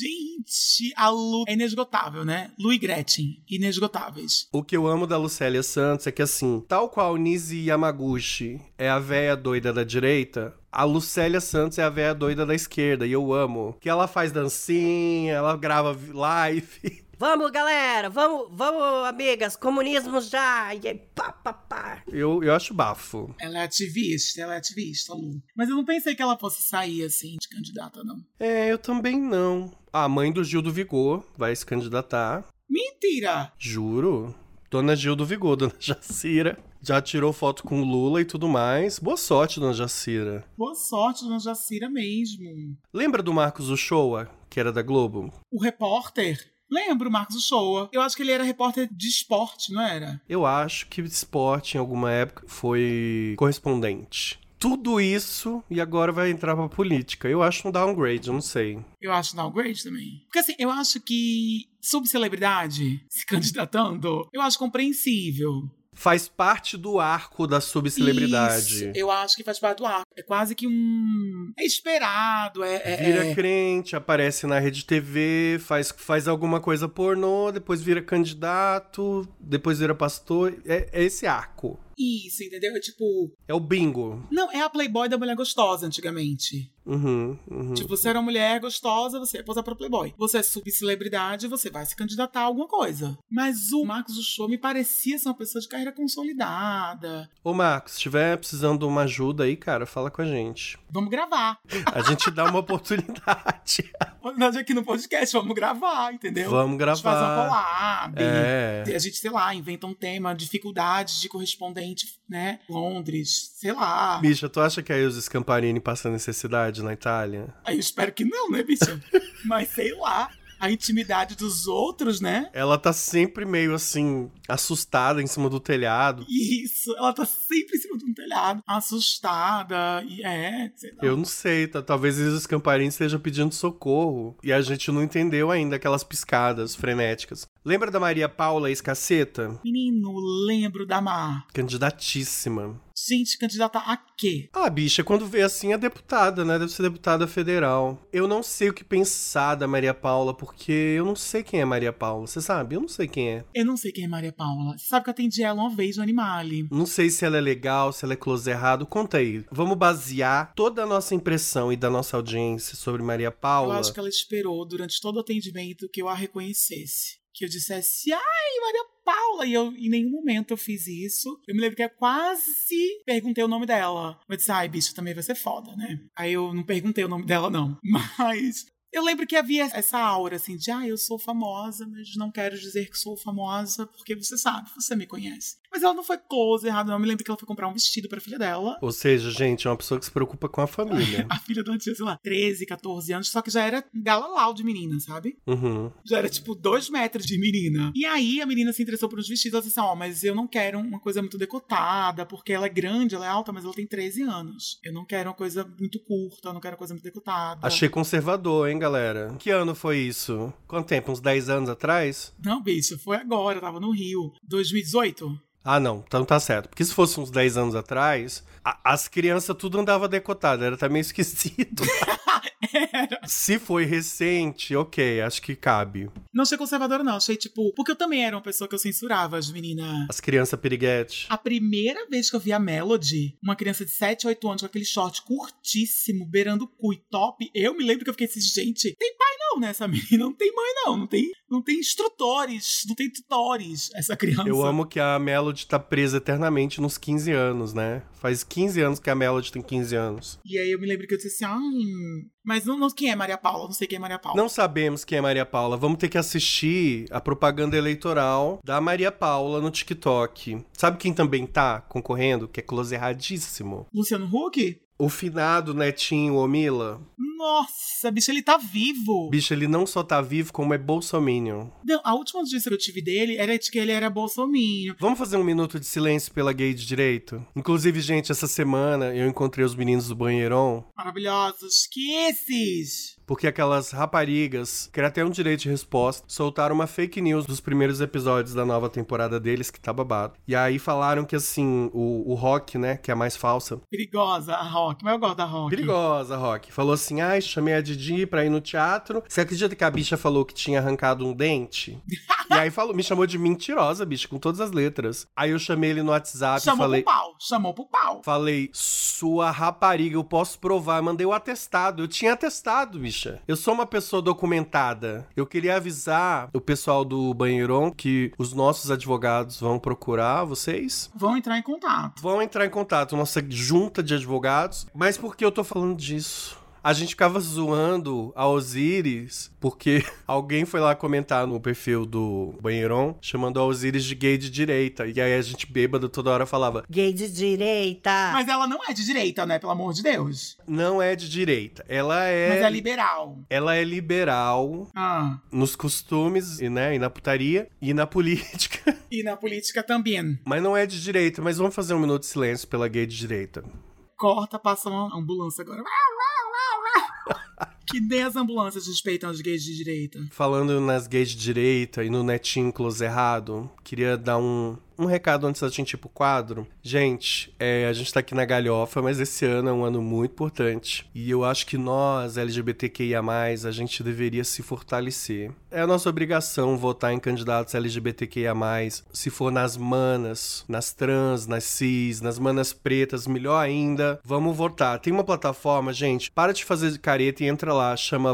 Speaker 2: gente, a Lu é inesgotável, né? Lu e Gretchen, inesgotáveis.
Speaker 1: O que eu amo da Lucélia Santos é que, assim, tal qual Nise Yamaguchi é a véia doida da direita, a Lucélia Santos é a véia doida da esquerda, e eu amo. Que ela faz dancinha, ela grava vi- live. *laughs*
Speaker 3: Vamos, galera, vamos, vamos, amigas, comunismo já! E aí, pá, pá, pá.
Speaker 1: Eu, eu acho bafo.
Speaker 2: Ela é ativista, ela é ativista, a Lu. Mas eu não pensei que ela fosse sair, assim, de candidata, não.
Speaker 1: É, eu também não. A mãe do Gil do Vigor vai se candidatar.
Speaker 2: Mentira!
Speaker 1: Juro. Dona Gil do Vigor, *laughs* Dona Jacira. Já tirou foto com o Lula e tudo mais. Boa sorte, Dona Jacira.
Speaker 2: Boa sorte, Dona Jacira mesmo.
Speaker 1: Lembra do Marcos Uchoa, que era da Globo?
Speaker 2: O repórter... Lembro, Marcos Uchoa. Eu acho que ele era repórter de esporte, não era?
Speaker 1: Eu acho que esporte, em alguma época, foi correspondente. Tudo isso e agora vai entrar pra política. Eu acho um downgrade, eu não sei.
Speaker 2: Eu acho downgrade também. Porque assim, eu acho que subcelebridade *laughs* se candidatando, eu acho compreensível.
Speaker 1: Faz parte do arco da
Speaker 2: Isso,
Speaker 1: subcelebridade.
Speaker 2: eu acho que faz parte do ar. É quase que um. É esperado, é. é-
Speaker 1: Vira
Speaker 2: é-
Speaker 1: crente, aparece na rede TV, faz, faz alguma coisa pornô, depois vira candidato, depois vira pastor. É, é esse arco.
Speaker 2: Isso, entendeu? É tipo.
Speaker 1: É o bingo.
Speaker 2: Não, é a Playboy da mulher gostosa antigamente.
Speaker 1: Uhum, uhum.
Speaker 2: Tipo, você era uma mulher gostosa, você ia posar pra Playboy. Você é subcelebridade, você vai se candidatar a alguma coisa. Mas o Marcos Uchoa me parecia ser uma pessoa de carreira consolidada.
Speaker 1: Ô, Marcos, se estiver precisando de uma ajuda aí, cara, fala com a gente.
Speaker 2: Vamos gravar.
Speaker 1: A gente dá uma *laughs* oportunidade.
Speaker 2: Nós aqui no podcast, vamos gravar, entendeu?
Speaker 1: Vamos
Speaker 2: A gente faz uma
Speaker 1: gravar.
Speaker 2: collab.
Speaker 1: É.
Speaker 2: A gente, sei lá, inventa um tema, dificuldades de correspondente, né? Londres, sei lá.
Speaker 1: Bicha, tu acha que a Ilse Scamparini passa necessidade na Itália?
Speaker 2: Aí eu espero que não, né, *laughs* bicho? Mas sei lá. A intimidade dos outros, né?
Speaker 1: Ela tá sempre meio assim, assustada em cima do telhado.
Speaker 2: Isso, ela tá sempre em cima de um telhado, assustada, e é, sei lá.
Speaker 1: Eu não sei, tá? talvez Ilse Scamparini esteja pedindo socorro. E a gente não entendeu ainda aquelas piscadas frenéticas. Lembra da Maria Paula Escaceta?
Speaker 2: Menino, lembro da Mar.
Speaker 1: Candidatíssima.
Speaker 2: Gente, candidata a quê?
Speaker 1: Ah, bicha, quando vê assim é deputada, né? Deve ser deputada federal. Eu não sei o que pensar da Maria Paula, porque eu não sei quem é Maria Paula. Você sabe? Eu não sei quem é.
Speaker 2: Eu não sei quem é Maria Paula. Você sabe que eu atendi ela uma vez no Animale.
Speaker 1: Não sei se ela é legal, se ela é close errado. Conta aí. Vamos basear toda a nossa impressão e da nossa audiência sobre Maria
Speaker 2: Eu
Speaker 1: Paula.
Speaker 2: acho que ela esperou durante todo o atendimento que eu a reconhecesse. Que eu dissesse, ai, Maria Paula! E eu, em nenhum momento eu fiz isso. Eu me lembro que eu quase perguntei o nome dela. Eu disse, ai, bicho, também vai ser foda, né? Aí eu não perguntei o nome dela, não. *laughs* Mas. Eu lembro que havia essa aura assim de, ah, eu sou famosa, mas não quero dizer que sou famosa, porque você sabe, você me conhece. Mas ela não foi close errado, não. Eu me lembro que ela foi comprar um vestido pra filha dela.
Speaker 1: Ou seja, gente, é uma pessoa que se preocupa com a família.
Speaker 2: A filha dela tinha, sei lá, 13, 14 anos, só que já era um galalau de menina, sabe?
Speaker 1: Uhum.
Speaker 2: Já era tipo dois metros de menina. E aí a menina se interessou por uns vestidos. Ela disse assim: Ó, mas eu não quero uma coisa muito decotada, porque ela é grande, ela é alta, mas ela tem 13 anos. Eu não quero uma coisa muito curta, eu não quero uma coisa muito decotada.
Speaker 1: Achei conservador, hein, galera? Que ano foi isso? Quanto tempo? Uns 10 anos atrás?
Speaker 2: Não, bicho, foi agora, eu tava no Rio. 2018?
Speaker 1: Ah, não. Então tá certo. Porque se fosse uns 10 anos atrás, a- as crianças tudo andava decotado. Era até meio *laughs* esquisito. Se foi recente, ok, acho que cabe.
Speaker 2: Não achei conservadora, não. Achei tipo. Porque eu também era uma pessoa que eu censurava as meninas.
Speaker 1: As crianças piriguete.
Speaker 2: A primeira vez que eu vi a Melody, uma criança de 7, 8 anos com aquele short curtíssimo, beirando o cu e top, eu me lembro que eu fiquei assim, gente, tem pai não, normal, né? Essa *laughs* menina não tem mãe, não. Não tem, não tem instrutores, não tem tutores, essa criança.
Speaker 1: Eu amo que a Melody tá presa eternamente nos 15 anos, né? Faz 15 anos que a Melody tem 15 anos.
Speaker 2: E aí eu me lembro que eu disse assim, ah, mas não, não quem é Maria Paula, não sei quem é Maria Paula.
Speaker 1: Não sabemos quem é Maria Paula. Vamos ter que assistir a propaganda eleitoral da Maria Paula no TikTok. Sabe quem também tá concorrendo? Que é close erradíssimo.
Speaker 2: Luciano Huck?
Speaker 1: O finado netinho Omila.
Speaker 2: Nossa, bicho, ele tá vivo.
Speaker 1: Bicho, ele não só tá vivo, como é bolsominion.
Speaker 2: Não, a última notícia que eu tive dele era de que ele era bolsominho.
Speaker 1: Vamos fazer um minuto de silêncio pela gay de direito? Inclusive, gente, essa semana eu encontrei os meninos do banheirão,
Speaker 2: Maravilhosos. Kisses!
Speaker 1: porque aquelas raparigas, que era até um direito de resposta, soltaram uma fake news dos primeiros episódios da nova temporada deles, que tá babado. E aí falaram que, assim, o, o Rock, né, que é a mais falsa,
Speaker 2: Perigosa a Rock, mas eu gosto da Rock.
Speaker 1: Perigosa, Rock. Falou assim: ai, chamei a Didi pra ir no teatro. Você acredita que a bicha falou que tinha arrancado um
Speaker 2: *laughs*
Speaker 1: dente? e aí falou, me chamou de mentirosa, bicha, com todas as letras. Aí eu chamei ele no WhatsApp e
Speaker 2: Chamou
Speaker 1: falei.
Speaker 2: pro pau, chamou pro pau.
Speaker 1: Falei, sua rapariga, eu posso provar. Mandei o atestado. Eu tinha atestado, bicha. Eu sou uma pessoa documentada. Eu queria avisar o pessoal do banheirão que os nossos advogados vão procurar vocês
Speaker 2: Vão entrar em contato.
Speaker 1: vão entrar em contato, nossa junta de advogados. Mas por que eu tô falando disso? A gente ficava zoando a Osiris, porque *laughs* alguém foi lá comentar no perfil do Banheirão, chamando a Osiris de gay de direita. E aí a gente bêbado toda hora falava,
Speaker 3: Gay de direita.
Speaker 2: Mas ela não é de direita, né? Pelo amor de Deus.
Speaker 1: não é de direita, ela é...
Speaker 2: Mas é liberal.
Speaker 1: Ela é liberal
Speaker 2: Ah.
Speaker 1: nos costumes e, né, e na putaria e na *laughs* política.
Speaker 2: E na política também.
Speaker 1: Mas não é de direita, mas vamos fazer um minuto de silêncio pela gay de direita.
Speaker 2: Corta, passa uma ambulância agora. Uau, uau, uau,
Speaker 1: *laughs*
Speaker 2: uau. Que nem as ambulâncias respeitam os gays de direita.
Speaker 1: Falando nas gays de direita e no netinho close errado, queria dar um, um recado antes da gente ir pro quadro. Gente, é, a gente tá aqui na galhofa, mas esse ano é um ano muito importante. E eu acho que nós, LGBTQIA, a gente deveria se fortalecer. É a nossa obrigação votar em candidatos LGBTQIA, se for nas manas, nas trans, nas cis, nas manas pretas, melhor ainda. Vamos votar. Tem uma plataforma, gente, para de fazer careta e entra lá, chama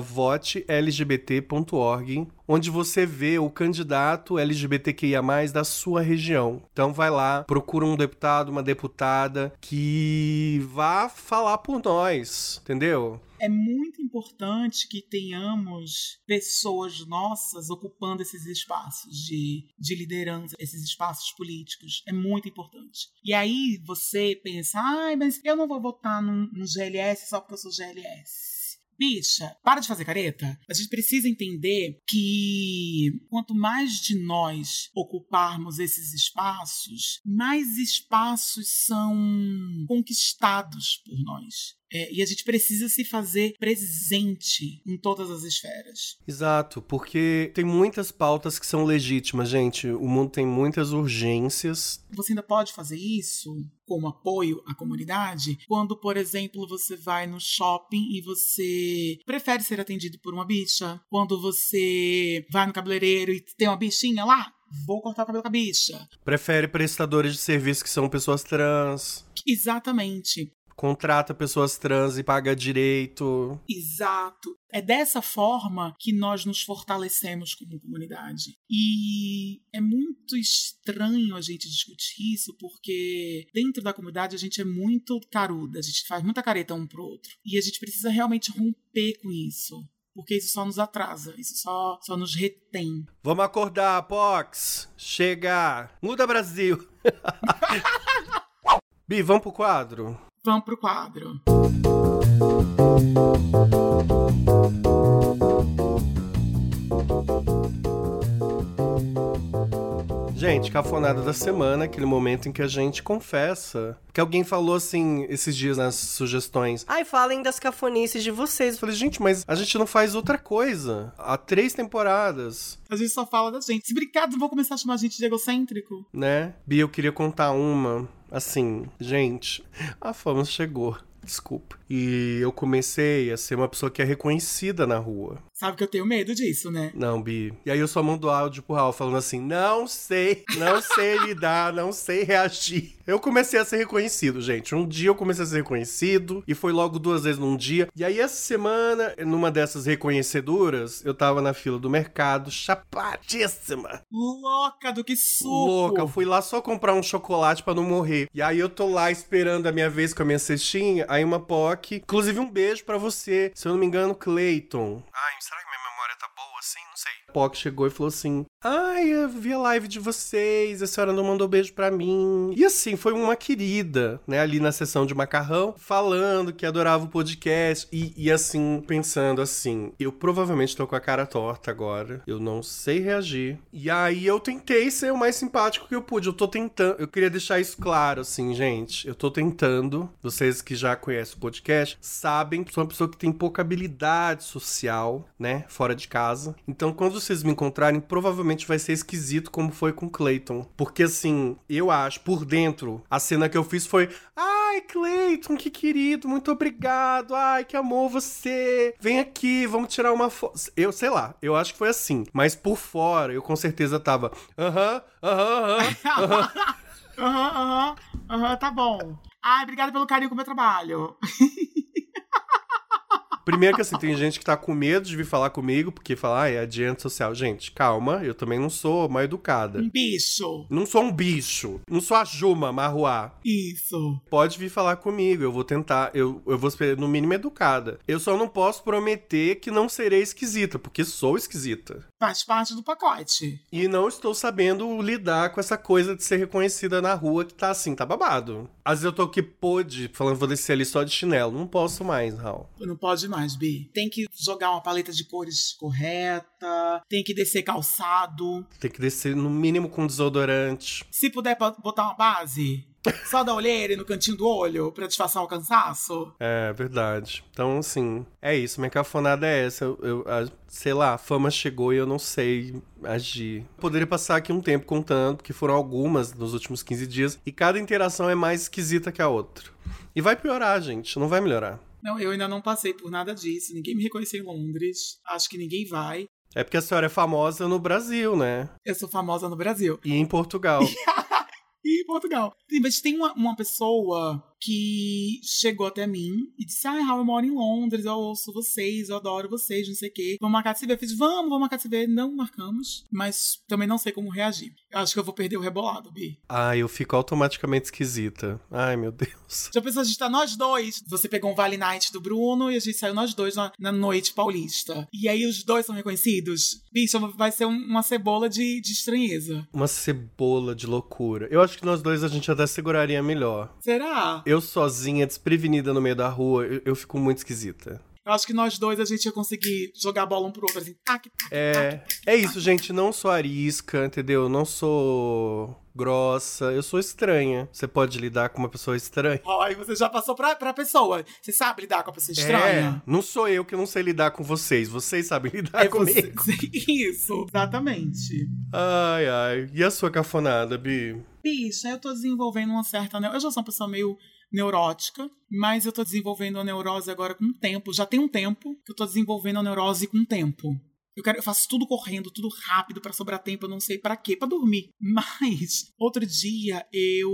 Speaker 1: votelgbt.org, onde você vê o candidato LGBTQIA+, da sua região. Então vai lá, procura um deputado, uma deputada que vá falar por nós, entendeu?
Speaker 2: É muito importante que tenhamos pessoas nossas ocupando esses espaços de, de liderança, esses espaços políticos. É muito importante. E aí você pensa, ai, mas eu não vou votar num, num GLS só porque eu sou GLS. Bicha, para de fazer careta. A gente precisa entender que quanto mais de nós ocuparmos esses espaços, mais espaços são conquistados por nós. É, e a gente precisa se fazer presente em todas as esferas.
Speaker 1: Exato, porque tem muitas pautas que são legítimas, gente. O mundo tem muitas urgências,
Speaker 2: Você ainda pode fazer isso como apoio à comunidade quando, por exemplo, você vai no shopping e você prefere ser atendido por uma bicha, quando você vai no cabeleireiro e tem uma bichinha lá, vou cortar o cabelo com a bicha.
Speaker 1: prefere prestadores de serviço que são pessoas trans,
Speaker 2: Exatamente.
Speaker 1: contrata pessoas trans e paga direito.
Speaker 2: Exato. É dessa forma que nós nos fortalecemos como comunidade. E é muito estranho a gente discutir isso, porque dentro da comunidade a gente é muito caruda, a gente faz muita careta um pro outro. E a gente precisa realmente romper com isso. Porque isso só nos atrasa, isso só, só nos retém.
Speaker 1: Vamos acordar, Pox! Chega! Muda Brasil! *laughs* Bi, vamos pro quadro?
Speaker 2: Vamos pro quadro.
Speaker 1: Gente, cafonada da semana, aquele momento em que a gente confessa. Que alguém falou assim esses dias nas sugestões.
Speaker 3: Ai, falem das cafonices de vocês.
Speaker 1: Eu falei, gente, mas a gente não faz outra coisa. Há três temporadas.
Speaker 2: A gente só fala da gente. Se brincar, vou começar a chamar a gente de egocêntrico.
Speaker 1: né? Bia, eu queria contar uma. Assim, gente, a fama chegou. Desculpa. E eu comecei a ser uma pessoa que é reconhecida na rua.
Speaker 2: Sabe que eu tenho medo disso, né?
Speaker 1: Não, Bi. E aí eu só mando áudio pro Raul falando assim: não sei, não sei lidar, não sei reagir. Eu comecei a ser reconhecido, gente. Um dia eu comecei a ser reconhecido e foi logo duas vezes num dia. E aí essa semana, numa dessas reconhecedoras, eu tava na fila do mercado, chapadíssima.
Speaker 2: Louca do que suco.
Speaker 1: Louca, eu fui lá só comprar um chocolate pra não morrer. E aí eu tô lá esperando a minha vez com a minha cestinha, aí uma POC. Inclusive um beijo pra você, se eu não me engano, Clayton. Ai, será que minha memória tá boa assim? Não sei. POC chegou e falou assim: Ai, eu vi a live de vocês, a senhora não mandou beijo pra mim. E assim, foi uma querida, né, ali na sessão de macarrão, falando que adorava o podcast e, e assim, pensando assim: eu provavelmente tô com a cara torta agora, eu não sei reagir. E aí eu tentei ser o mais simpático que eu pude, eu tô tentando, eu queria deixar isso claro, assim, gente, eu tô tentando. Vocês que já conhecem o podcast sabem que sou uma pessoa que tem pouca habilidade social, né, fora de casa. Então, quando vocês me encontrarem, provavelmente vai ser esquisito como foi com Clayton. Porque assim, eu acho, por dentro, a cena que eu fiz foi: Ai, É, Clayton, que querido, muito obrigado. Ai, que amor você. Vem aqui, vamos tirar uma foto. Eu sei lá, eu acho que foi assim. Mas por fora, eu com certeza tava. Aham, aham, aham.
Speaker 2: Aham, aham, aham, tá bom. Ai, obrigada pelo carinho com o meu trabalho.
Speaker 1: Primeiro que assim, tem gente que tá com medo de vir falar comigo, porque fala, ah, é adiante social. Gente, calma, eu também não sou mal educada.
Speaker 2: Um bicho.
Speaker 1: Não sou um bicho. Não sou a Juma Marruá.
Speaker 2: Isso.
Speaker 1: Pode vir falar comigo, eu vou tentar. Eu, eu vou ser, no mínimo, educada. Eu só não posso prometer que não serei esquisita, porque sou esquisita.
Speaker 2: Faz parte do pacote.
Speaker 1: E não estou sabendo lidar com essa coisa de ser reconhecida na rua que tá assim, tá babado. Às vezes eu tô aqui pôde, falando, vou descer ali só de chinelo. Não posso mais, Raul.
Speaker 2: Não pode mais, Bi. Tem que jogar uma paleta de cores correta, tem que descer calçado.
Speaker 1: Tem que descer, no mínimo, com desodorante.
Speaker 2: Se puder bo- botar uma base, só da olheira e no cantinho do olho pra disfarçar o cansaço.
Speaker 1: É, verdade. Então, assim, é isso. Minha cafonada é essa. Eu, eu- a- sei lá, a fama chegou e eu não sei agir. Poderia passar aqui um tempo contando, porque foram algumas nos últimos 15 dias, e cada interação é mais esquisita que a outra. E vai piorar, gente, não vai melhorar.
Speaker 2: Não, eu ainda não passei por nada disso. Ninguém me reconheceu em Londres. Acho que ninguém vai.
Speaker 1: É porque a senhora é famosa no Brasil, né?
Speaker 2: Eu sou famosa no Brasil.
Speaker 1: E em Portugal. *laughs*
Speaker 2: E em Portugal. Sim, mas tem uma, uma pessoa que chegou até mim e disse: Ai, Raul, eu moro em Londres, eu ouço vocês, eu adoro vocês, não sei o quê. Vamos marcar de se ver. Eu fiz, vamos, vamos marcar de se ver. Não marcamos, mas também não sei como reagir. Eu acho que eu vou perder o rebolado, Bi.
Speaker 1: Ai, eu fico automaticamente esquisita. Ai, meu Deus.
Speaker 2: Já pensou, a gente tá nós dois. Você pegou um Vale Night do Bruno e a gente saiu nós dois na, na noite paulista. E aí os dois são reconhecidos? Bicho, vai ser um- uma cebola de, de estranheza.
Speaker 1: Uma cebola de loucura. Eu acho que nós dois a gente até seguraria melhor.
Speaker 2: Será?
Speaker 1: Eu sozinha, desprevenida no meio da rua, eu, eu fico muito esquisita.
Speaker 2: Eu acho que nós dois a gente ia conseguir jogar a bola um pro outro, assim, tac, tac, tac.
Speaker 1: É, é isso, gente. Não sou arisca, entendeu? Não sou grossa. Eu sou estranha. Você pode lidar com uma pessoa estranha?
Speaker 2: Ai, você já passou pra, pra pessoa. Você sabe lidar com a pessoa estranha? É
Speaker 1: É, não sou eu que não sei lidar com vocês. Vocês sabem *laughs* lidar Tá comigo.
Speaker 2: você. *laughs* Isso, exatamente.
Speaker 1: Ai, ai. E a sua cafonada, Bi?
Speaker 2: Bicha, eu tô desenvolvendo uma certa. neu- Eu já sou uma pessoa meio neurótica, mas eu tô desenvolvendo a neurose agora com o tempo. Já tem um tempo que eu tô desenvolvendo a neurose com o tempo. Eu, quero, eu faço tudo correndo, tudo rápido pra sobrar tempo, eu não sei pra quê, pra dormir. *laughs* Mas outro dia eu,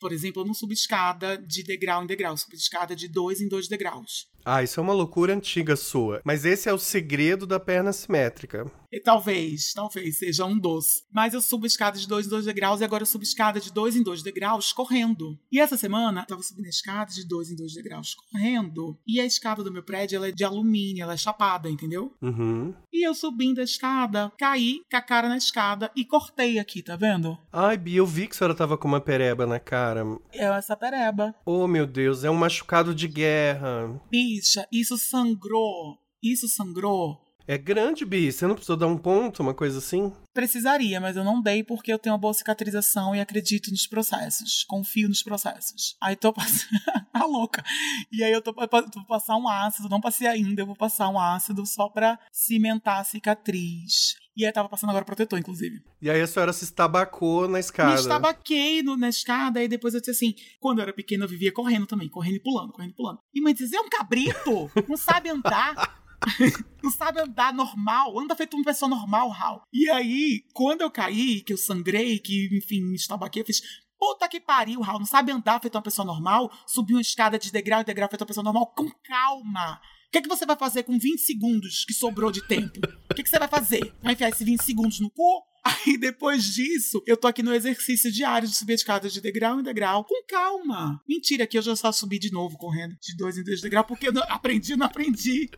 Speaker 2: por exemplo, eu não subi escada de degrau em degrau, eu subi escada de dois em dois degraus.
Speaker 1: Ah, isso é uma loucura antiga sua. Mas esse é o segredo da perna simétrica.
Speaker 2: E talvez, talvez seja um doce. Mas eu subo escada de dois em dois degraus e agora eu subo escada de dois em dois degraus correndo. E essa semana eu tava subindo a escada de dois em dois degraus correndo. E a escada do meu prédio ela é de alumínio, ela é chapada, entendeu?
Speaker 1: Uhum.
Speaker 2: E eu subindo a escada, caí com a cara na escada e cortei aqui, tá vendo?
Speaker 1: Ai, Bi, eu vi que a senhora tava com uma pereba na cara.
Speaker 2: É essa pereba.
Speaker 1: Oh, meu Deus, é um machucado de guerra.
Speaker 2: Bicha, isso sangrou. Isso sangrou.
Speaker 1: É grande, Bi. Você não precisou dar um ponto, uma coisa assim?
Speaker 2: Precisaria, mas eu não dei porque eu tenho uma boa cicatrização e acredito nos processos. Confio nos processos. Aí tô *laughs* passando. a louca. E aí eu tô, eu vou passar um ácido, não passei ainda, eu vou passar um ácido só pra cimentar a cicatriz. E aí tava passando agora protetor, inclusive.
Speaker 1: E aí a senhora se estabacou na
Speaker 2: Me
Speaker 1: escada.
Speaker 2: estabaquei no, na escada e depois eu disse assim: quando eu era pequena eu vivia correndo também, correndo e pulando, correndo e pulando. E mãe dizia: é um cabrito, não sabe andar. *laughs* não sabe andar normal, anda feito uma pessoa normal, Hal. E aí, quando eu caí, que eu sangrei, que, enfim, me estabaquei, eu fiz. Puta que pariu, Raul, não sabe andar feito uma pessoa normal? Subir uma escada de degrau em degrau feito uma pessoa normal? Com calma! O que, é que você vai fazer com 20 segundos que sobrou de tempo? O que, é que você vai fazer? Vai enfiar esses 20 segundos no cu? *laughs* Aí depois disso, eu tô aqui no exercício diário de subir as escadas de degrau em degrau, com calma. Mentira, que eu já só subi de novo correndo de dois em dois degrau, porque eu não, aprendi, não aprendi.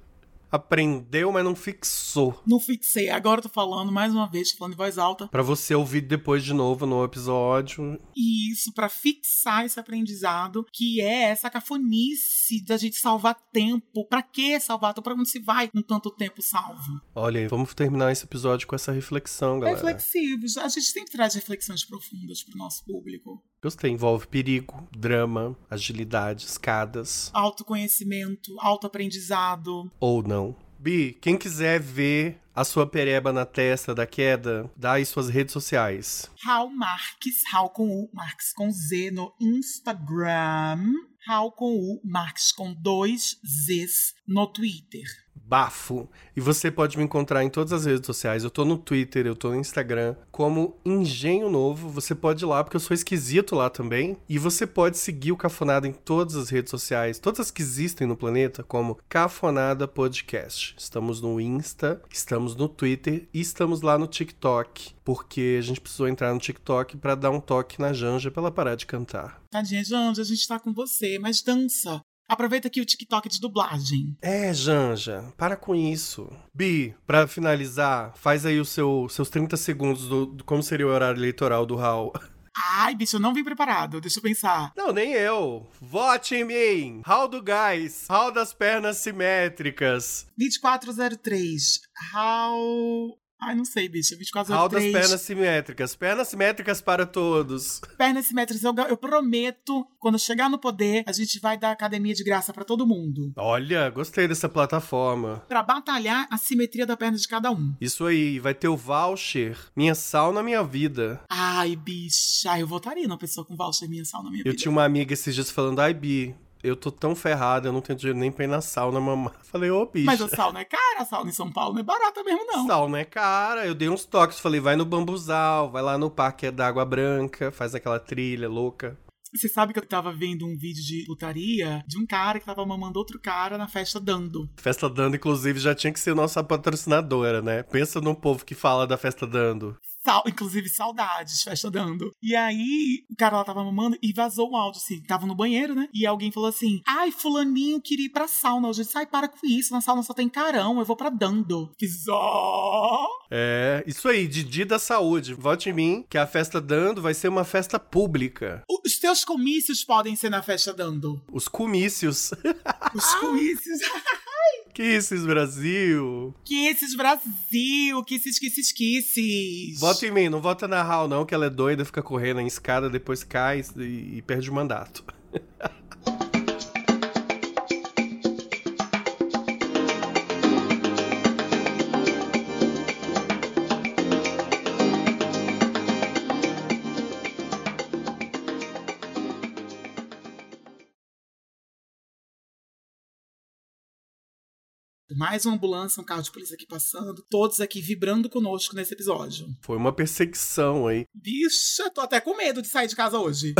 Speaker 1: Aprendeu, mas não fixou.
Speaker 2: Não fixei. Agora eu tô falando mais uma vez, tô falando em voz alta.
Speaker 1: Pra você ouvir depois de novo no episódio.
Speaker 2: E isso pra fixar esse aprendizado, que é essa cafonice da gente salvar tempo. Pra que salvar tempo? Pra onde se vai com tanto tempo salvo?
Speaker 1: Olha aí, vamos terminar esse episódio com essa reflexão, galera.
Speaker 2: Reflexivos. A gente sempre traz reflexões profundas pro nosso público.
Speaker 1: Gostei, envolve perigo, drama, agilidade, escadas.
Speaker 2: Autoconhecimento, autoaprendizado.
Speaker 1: Ou não. Bi, quem quiser ver a sua pereba na testa da queda, dá aí suas redes sociais.
Speaker 2: Raul Marques, Raul com U, Marques com Z no Instagram. Raul com U, Marques com dois Zs no Twitter.
Speaker 1: Bafo. E você pode me encontrar em todas as redes sociais. Eu tô no Twitter, eu tô no Instagram, como Engenho Novo. Você pode ir lá, porque eu sou esquisito lá também. E você pode seguir o Cafonada em todas as redes sociais, todas as que existem no planeta, como Cafonada Podcast. Estamos no Insta, estamos no Twitter e estamos lá no TikTok. Porque a gente precisou entrar no TikTok pra dar um toque na Janja pra ela parar de cantar.
Speaker 2: Tadinha, Janja, a gente tá com você, mas dança. Aproveita aqui o TikTok de dublagem.
Speaker 1: É, Janja, para com isso. Bi, pra finalizar, faz aí os seu, seus 30 segundos do, do como seria o horário eleitoral do Raul. *laughs*
Speaker 2: Ai, bicho, eu não vim preparado. Deixa eu pensar.
Speaker 1: Não, nem eu. Vote em mim. Raul do gás. Raul das pernas simétricas.
Speaker 2: 2403. How. Ai, não sei, bicho. 2403.
Speaker 1: Raul das pernas simétricas. Pernas simétricas para todos.
Speaker 2: pernas simétricas. Eu, eu prometo, quando eu chegar no poder, a gente vai dar academia de graça pra todo mundo.
Speaker 1: Olha, gostei dessa plataforma.
Speaker 2: Pra batalhar a simetria da perna de cada um.
Speaker 1: Isso aí, vai ter o voucher. Minha sal na minha vida.
Speaker 2: Ai, bicha, eu votaria numa pessoa com voucher minha sal na minha
Speaker 1: Eu
Speaker 2: vida.
Speaker 1: tinha uma amiga esses dias falando, ai, Bi, eu tô tão ferrada, eu não tenho dinheiro nem pra ir na sauna, mamãe. *laughs* Falei, ô, bicho.
Speaker 2: Mas a sauna é cara, a sauna em São Paulo não é barata mesmo, não.
Speaker 1: Sauna é cara. Eu dei uns toques, falei, vai no bambuzal, vai lá no parque da Água Branca, faz aquela trilha louca.
Speaker 2: Você sabe que eu tava vendo um vídeo de putaria de um cara que tava mamando outro cara na festa dando.
Speaker 1: Festa Dando, inclusive, já tinha que ser nossa patrocinadora, né? Pensa num povo que fala da Festa Dando.
Speaker 2: Sal, inclusive, saudades, festa dando. E aí, o cara lá tava mamando e vazou um áudio, assim, tava no banheiro, né? E alguém falou assim: Ai, fulaninho queria ir pra sauna. Eu disse, ai, para com isso, na sauna só tem carão, eu vou pra dando. Fiz, ó.
Speaker 1: É, isso aí, Didi da Saúde. Vote em mim, que a Festa Dando vai ser uma festa pública.
Speaker 2: Os teus comícios podem ser na festa dando.
Speaker 1: Os comícios. *laughs*
Speaker 2: Os
Speaker 1: Ah!
Speaker 2: comícios.
Speaker 1: que isso, Brasil?
Speaker 2: Kisses Brasil, kisses, kisses, kisses.
Speaker 1: Vota em mim, não vota na Hal, não, que ela é doida, fica correndo em escada, depois cai e, e perde o mandato.
Speaker 2: Mais uma ambulância, um carro de polícia aqui passando, todos aqui vibrando conosco nesse episódio.
Speaker 1: Foi uma perseguição aí.
Speaker 2: Bicha, tô até com medo de sair de casa hoje.